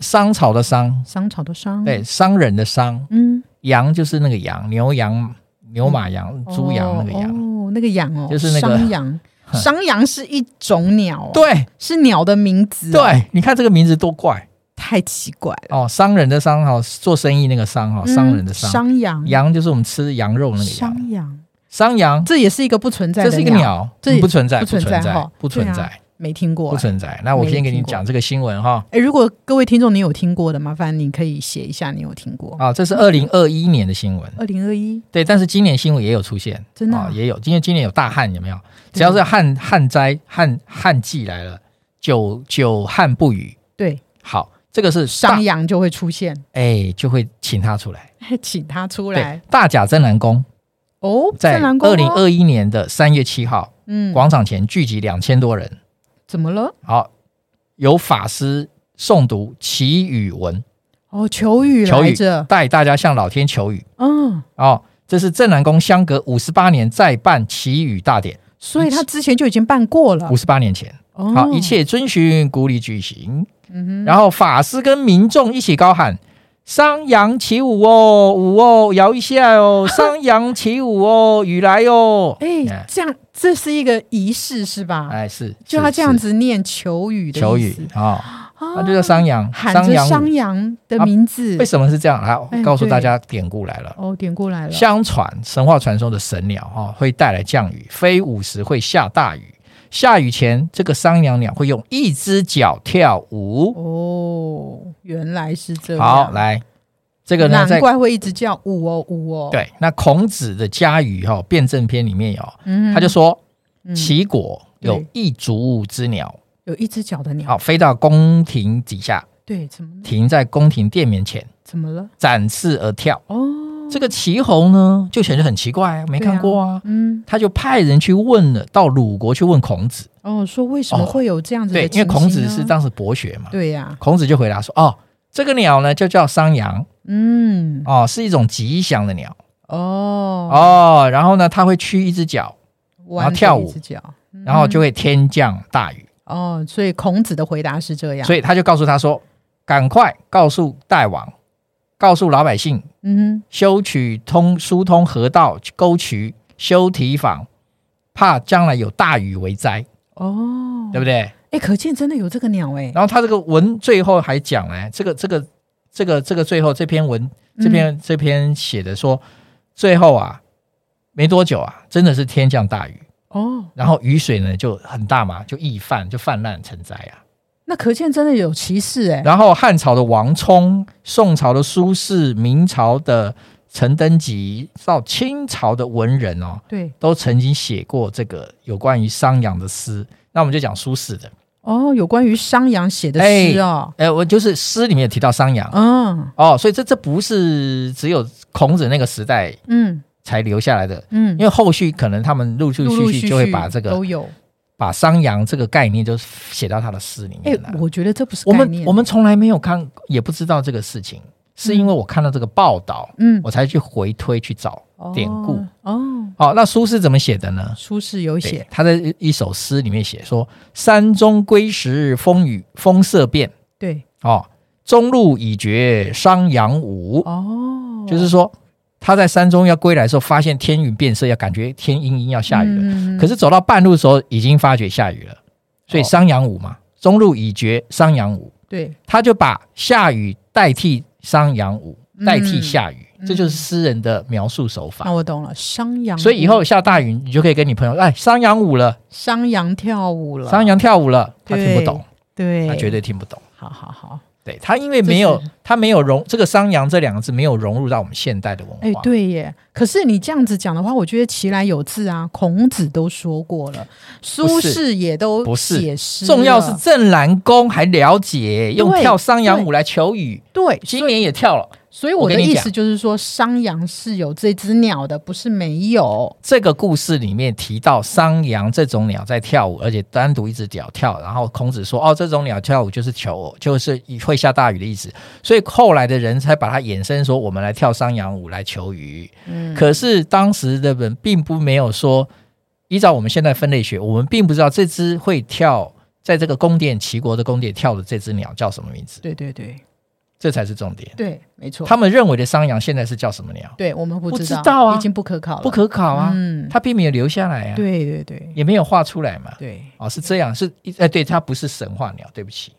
[SPEAKER 1] 商朝的商，
[SPEAKER 2] 商朝的商，
[SPEAKER 1] 对，，商人的商，
[SPEAKER 2] 嗯，
[SPEAKER 1] 羊就是那个羊，牛羊、牛马羊、猪羊那个羊，
[SPEAKER 2] 嗯哦，哦那个羊哦，
[SPEAKER 1] 就是那个
[SPEAKER 2] 商羊。
[SPEAKER 1] (laughs) 哼
[SPEAKER 2] 商羊是一种鸟、哦，，
[SPEAKER 1] 对
[SPEAKER 2] 是鸟的名字、哦，，
[SPEAKER 1] 对，你看这个名字多怪
[SPEAKER 2] 太奇怪了。
[SPEAKER 1] 哦，商人的商哈，做生意那个商哈，哦商人的
[SPEAKER 2] 嗯商，
[SPEAKER 1] 商，
[SPEAKER 2] 羊，
[SPEAKER 1] 羊就是我们吃羊肉那个羊，
[SPEAKER 2] 商羊，
[SPEAKER 1] 商羊，
[SPEAKER 2] 这也是一个不存在的
[SPEAKER 1] 这是一个，鸟，嗯
[SPEAKER 2] 这也
[SPEAKER 1] 不存在，
[SPEAKER 2] 不存在哈
[SPEAKER 1] 不存
[SPEAKER 2] 对
[SPEAKER 1] 在
[SPEAKER 2] 啊。没听过
[SPEAKER 1] 不
[SPEAKER 2] 哎。
[SPEAKER 1] 存在。那我先给你讲这个新闻哈。
[SPEAKER 2] 哎，如果各位听众你有听过的，麻烦你可以写一下你有听过。
[SPEAKER 1] 啊，这是二零二一年的新闻，
[SPEAKER 2] 二零二一，
[SPEAKER 1] 对，但是今年新闻也有出现，
[SPEAKER 2] 真的啊
[SPEAKER 1] 啊也有，因为今年有大旱，有没有？只要是旱旱灾、旱旱季来了，久久旱不雨，
[SPEAKER 2] 对，
[SPEAKER 1] 好，这个是大
[SPEAKER 2] 商羊就会出现，
[SPEAKER 1] 哎就会请他出来。
[SPEAKER 2] 请他出
[SPEAKER 1] 对
[SPEAKER 2] 来，
[SPEAKER 1] 大甲镇南宫
[SPEAKER 2] 哦。
[SPEAKER 1] 在
[SPEAKER 2] 正南宫
[SPEAKER 1] 二
[SPEAKER 2] 哦
[SPEAKER 1] 零，二一年的三月七号
[SPEAKER 2] 嗯，
[SPEAKER 1] 广场前聚集两千多人，
[SPEAKER 2] 怎么了？
[SPEAKER 1] 好，由法师诵读祈雨文，
[SPEAKER 2] 哦，求雨
[SPEAKER 1] 求
[SPEAKER 2] 来
[SPEAKER 1] 雨
[SPEAKER 2] 着，
[SPEAKER 1] 带大家向老天求雨。
[SPEAKER 2] 嗯，
[SPEAKER 1] 哦，这是镇南宫相隔五十八年再办祈雨大典，
[SPEAKER 2] 所以他之前就已经办过了
[SPEAKER 1] 五。十八年前，
[SPEAKER 2] 哦
[SPEAKER 1] 好，一，切遵循古礼举行。
[SPEAKER 2] 嗯
[SPEAKER 1] 然后法师跟民众一起高喊“商羊起舞哦，舞哦，摇一下哦，
[SPEAKER 2] (laughs)
[SPEAKER 1] 商羊起舞哦，雨来哦
[SPEAKER 2] 哼，”哎，这样这是一个仪式是吧？
[SPEAKER 1] 哎，是
[SPEAKER 2] 就他
[SPEAKER 1] 是
[SPEAKER 2] 这样
[SPEAKER 1] 是
[SPEAKER 2] 子念求雨的
[SPEAKER 1] 求
[SPEAKER 2] 意
[SPEAKER 1] 雨
[SPEAKER 2] 思
[SPEAKER 1] 啊，
[SPEAKER 2] 啊
[SPEAKER 1] 那就叫商羊，
[SPEAKER 2] 喊
[SPEAKER 1] 商
[SPEAKER 2] 着
[SPEAKER 1] 羊
[SPEAKER 2] 商
[SPEAKER 1] 舞。
[SPEAKER 2] 羊的名字
[SPEAKER 1] 为。什么是这样？来
[SPEAKER 2] 哎
[SPEAKER 1] 告诉
[SPEAKER 2] 对
[SPEAKER 1] 大家典故来了。
[SPEAKER 2] 哦，点过来了。
[SPEAKER 1] 相传神话传说的神鸟哈、哦、会带来降雨，飞舞时会下大雨。下雨前，这个商羊鸟会用一只脚跳舞。
[SPEAKER 2] 哦，原来是这样。
[SPEAKER 1] 好，，来，这个呢，
[SPEAKER 2] 难
[SPEAKER 1] 在
[SPEAKER 2] 怪会一直叫五哦五哦。，
[SPEAKER 1] 对那孔子的《家语》哈、辩证篇里面有，
[SPEAKER 2] 嗯
[SPEAKER 1] 他就说
[SPEAKER 2] 嗯
[SPEAKER 1] 齐国有
[SPEAKER 2] 对
[SPEAKER 1] 一足之鸟，
[SPEAKER 2] 有一只脚的鸟。
[SPEAKER 1] 好、飞到宫廷底下，
[SPEAKER 2] 对，怎么
[SPEAKER 1] 停在宫廷殿门前，
[SPEAKER 2] 怎么了？
[SPEAKER 1] 展翅而跳。
[SPEAKER 2] 哦，
[SPEAKER 1] 这个祁侯呢，就显得很奇怪，没看过啊。
[SPEAKER 2] 嗯，
[SPEAKER 1] 他就派人去问了，到鲁国去问孔子，
[SPEAKER 2] 哦，说为什么
[SPEAKER 1] 哦
[SPEAKER 2] 会有这样子的、啊
[SPEAKER 1] 对，因为孔子是，当时博学嘛。
[SPEAKER 2] 对呀、
[SPEAKER 1] 孔子就回答说：“哦，这个鸟呢，就叫商羊，
[SPEAKER 2] 嗯，
[SPEAKER 1] 哦，是一种吉祥的鸟
[SPEAKER 2] 哦，
[SPEAKER 1] 哦。然后呢，它会屈一只脚，
[SPEAKER 2] 弯
[SPEAKER 1] 然后跳舞
[SPEAKER 2] 着一只脚，
[SPEAKER 1] 然后
[SPEAKER 2] 嗯
[SPEAKER 1] 就会天降大雨。
[SPEAKER 2] 哦，所以孔子的回答是这样，
[SPEAKER 1] 所
[SPEAKER 2] 以，
[SPEAKER 1] 以他就告诉他说：赶快告诉大王，告诉老百姓，
[SPEAKER 2] 嗯
[SPEAKER 1] 修渠通疏通河道，沟渠修堤防，怕将来有大雨为灾，
[SPEAKER 2] 哼，哦，
[SPEAKER 1] 对不对？
[SPEAKER 2] 哎，可见真的有这个鸟哎，
[SPEAKER 1] 然后他这个文最后还讲呢，这个这个这个这个最后这篇文这篇、
[SPEAKER 2] 嗯
[SPEAKER 1] 这篇写的说，最后啊没多久啊，真的是天降大雨，
[SPEAKER 2] 哦，
[SPEAKER 1] 然后雨水呢就很大嘛，就溢泛就泛滥成灾啊。
[SPEAKER 2] 那可见真的有歧视哎，
[SPEAKER 1] 然后汉朝的王充、宋朝的苏轼、明朝的陈登基，到清朝的文人哦，
[SPEAKER 2] 对，
[SPEAKER 1] 都曾经写过这个有关于商鞅的诗。那我们就讲苏轼的，
[SPEAKER 2] 哦，有关于商羊写的
[SPEAKER 1] 哎
[SPEAKER 2] 诗哦，
[SPEAKER 1] 哎，我就是诗里面有提到商鞅。
[SPEAKER 2] 嗯
[SPEAKER 1] 哦，所以这这不是只有孔子那个时代
[SPEAKER 2] 嗯
[SPEAKER 1] 才留下来的，
[SPEAKER 2] 嗯
[SPEAKER 1] 因，为后续可能他们陆陆
[SPEAKER 2] 陆陆
[SPEAKER 1] 续
[SPEAKER 2] 续
[SPEAKER 1] 续
[SPEAKER 2] 续
[SPEAKER 1] 就会把这个
[SPEAKER 2] 都有，
[SPEAKER 1] 把商鞅这个概念就写到他的诗里
[SPEAKER 2] 哎
[SPEAKER 1] 面来。，
[SPEAKER 2] 我觉得这不是
[SPEAKER 1] 我
[SPEAKER 2] 概
[SPEAKER 1] 们
[SPEAKER 2] 念
[SPEAKER 1] 我们从来没有看，也不知道这个事情，是因为我看到这个报道，
[SPEAKER 2] 嗯
[SPEAKER 1] 我才去回推去找典故。
[SPEAKER 2] 哦，
[SPEAKER 1] 哦，那书是怎么写的呢？
[SPEAKER 2] 苏轼有
[SPEAKER 1] 对
[SPEAKER 2] 写，
[SPEAKER 1] 他在一首诗里面写说：“山中归时风雨风色变，
[SPEAKER 2] 对，
[SPEAKER 1] 哦，中路已绝商鞅舞。”
[SPEAKER 2] 哦，
[SPEAKER 1] 就是说他在山中要归来的时候，发现天云变色，要感觉天阴阴要下雨了。
[SPEAKER 2] 了
[SPEAKER 1] 可是走到半路的时候，已经发觉下雨了，
[SPEAKER 2] 哦
[SPEAKER 1] 所以商鞅舞嘛，中路已绝商鞅舞，
[SPEAKER 2] 对，
[SPEAKER 1] 他就把下雨代替商鞅舞，代替下雨，
[SPEAKER 2] 嗯
[SPEAKER 1] 这就是诗人的描述手
[SPEAKER 2] 那
[SPEAKER 1] 法。
[SPEAKER 2] 我懂了，商羊舞，
[SPEAKER 1] 所以以后下大雨，你就可以跟你朋友，哎，商鞅舞了，
[SPEAKER 2] 商羊跳舞了，
[SPEAKER 1] 商鞅跳舞了，他
[SPEAKER 2] 对
[SPEAKER 1] 听不懂，
[SPEAKER 2] 对，
[SPEAKER 1] 他绝对听不懂。
[SPEAKER 2] 好好好，
[SPEAKER 1] 对他，因为没有
[SPEAKER 2] 这是
[SPEAKER 1] 他没有融这个“商鞅”这两个字没有融入到我们现代的文化。
[SPEAKER 2] 哎，对耶。可是你这样子讲的话，我觉得其来有自啊，孔子都说过了，苏
[SPEAKER 1] 不是
[SPEAKER 2] 轼也都
[SPEAKER 1] 不是
[SPEAKER 2] 解释了，
[SPEAKER 1] 重要是郑兰公还了解用跳商鞅舞来求雨，
[SPEAKER 2] 对，
[SPEAKER 1] 今年也跳了。
[SPEAKER 2] 所以我
[SPEAKER 1] 我
[SPEAKER 2] 的
[SPEAKER 1] 跟你
[SPEAKER 2] 意
[SPEAKER 1] 讲
[SPEAKER 2] 思就是说，商羊是有这只鸟的，不是没有。
[SPEAKER 1] 这个故事里面提到商鞅这种鸟在跳舞，而且单独一只鸟跳。然后孔子说：“哦，这种鸟跳舞就是求偶，就是会下大雨的意思。”所以后来的人才把它衍生说，我们来跳商鞅舞来求雨。
[SPEAKER 2] 嗯，
[SPEAKER 1] 可是当时的人并不没有说，依照我们现在分类学，我们并不知道这只会跳，在这个宫殿齐国的宫殿跳的这只鸟叫什么名字，
[SPEAKER 2] 对对对
[SPEAKER 1] 这才是重点。
[SPEAKER 2] 对，没错。
[SPEAKER 1] 他们认为的商鞅现在是叫什么鸟？
[SPEAKER 2] 对我们不
[SPEAKER 1] 不
[SPEAKER 2] 知
[SPEAKER 1] 知道啊
[SPEAKER 2] 已经不可考了，
[SPEAKER 1] 不可考啊，
[SPEAKER 2] 嗯，
[SPEAKER 1] 它并没有留下来啊，
[SPEAKER 2] 对对对
[SPEAKER 1] 也没有画出来嘛。
[SPEAKER 2] 对，
[SPEAKER 1] 哦，是这样，是哎，对，它不是神话鸟，对不起，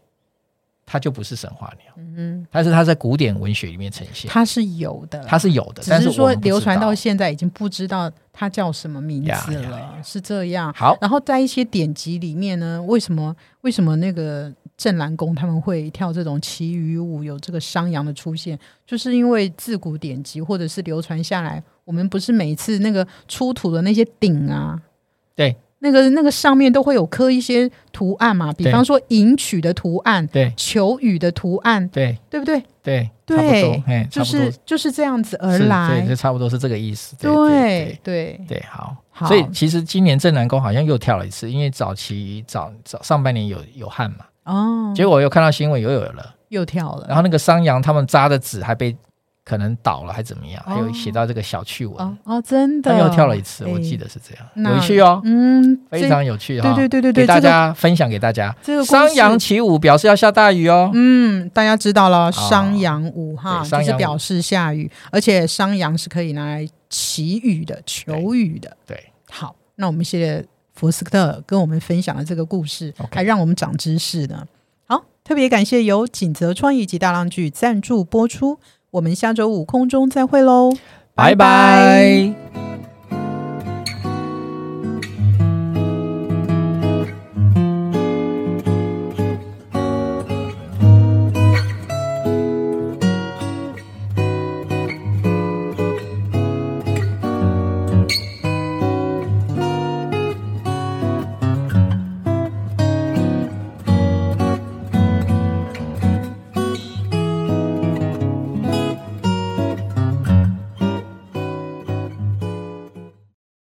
[SPEAKER 1] 它就不是神话鸟，
[SPEAKER 2] 嗯，
[SPEAKER 1] 但是它在古典文学里面呈现，
[SPEAKER 2] 它是有的，
[SPEAKER 1] 它是有的，
[SPEAKER 2] 只
[SPEAKER 1] 但是
[SPEAKER 2] 是说
[SPEAKER 1] 我们不知道
[SPEAKER 2] 流传到现在已经不知道它叫什么名
[SPEAKER 1] 呀
[SPEAKER 2] 字
[SPEAKER 1] 呀
[SPEAKER 2] 了，是这样。
[SPEAKER 1] 好，
[SPEAKER 2] 然后在一些典籍里面呢，为什么为什么那个镇澜宫他们会跳这种旗语舞，有这个商羊的出现，就是因为自古典籍或者是流传下来，我们不是每一次那个出土的那些鼎啊，
[SPEAKER 1] 对，
[SPEAKER 2] 那个那个上面都会有刻一些图案嘛，比
[SPEAKER 1] 对
[SPEAKER 2] 方说迎娶的图案、
[SPEAKER 1] 对
[SPEAKER 2] 求雨的图案，
[SPEAKER 1] 对
[SPEAKER 2] 对不对？
[SPEAKER 1] 对，
[SPEAKER 2] 对
[SPEAKER 1] 差不多，哎，
[SPEAKER 2] 就
[SPEAKER 1] 差不多
[SPEAKER 2] 是就是这样子而
[SPEAKER 1] 是
[SPEAKER 2] 来
[SPEAKER 1] 对，这。差不多是这个意思，对
[SPEAKER 2] 对
[SPEAKER 1] 对
[SPEAKER 2] 对
[SPEAKER 1] 对对，好。
[SPEAKER 2] 好
[SPEAKER 1] 所以其实今年正南宫好像又跳了一次，因为早期早早上半年有有旱嘛，
[SPEAKER 2] 哦，
[SPEAKER 1] 结果又看到新闻又有了，
[SPEAKER 2] 又跳了，
[SPEAKER 1] 然后那个商羊他们扎的纸还被可能倒了，还怎么样？还有
[SPEAKER 2] 哦
[SPEAKER 1] 写到这个小趣闻，
[SPEAKER 2] 哦哦，真的
[SPEAKER 1] 他又跳了一次，
[SPEAKER 2] 哎
[SPEAKER 1] 我记得是这样，
[SPEAKER 2] 那
[SPEAKER 1] 有趣哦，
[SPEAKER 2] 嗯，
[SPEAKER 1] 非常有趣
[SPEAKER 2] 这
[SPEAKER 1] 哈、
[SPEAKER 2] 对对对对对，
[SPEAKER 1] 给大
[SPEAKER 2] 这个
[SPEAKER 1] 家分享给大家。
[SPEAKER 2] 这个故
[SPEAKER 1] 商
[SPEAKER 2] 事
[SPEAKER 1] 羊起舞表示要下大雨哦，
[SPEAKER 2] 嗯，大家知道了，商羊舞哈，
[SPEAKER 1] 对
[SPEAKER 2] 就
[SPEAKER 1] 商
[SPEAKER 2] 是
[SPEAKER 1] 羊舞
[SPEAKER 2] 表示下雨，而且商羊是可以拿来祈雨的、求雨的。
[SPEAKER 1] 对，
[SPEAKER 2] 好，那我们谢谢福斯特跟我们分享的这个故事
[SPEAKER 1] OK
[SPEAKER 2] 还让我们长知识呢。好，特别感谢由锦泽创意及大浪剧赞助播出，我们下周五空中再会喽，
[SPEAKER 1] 拜拜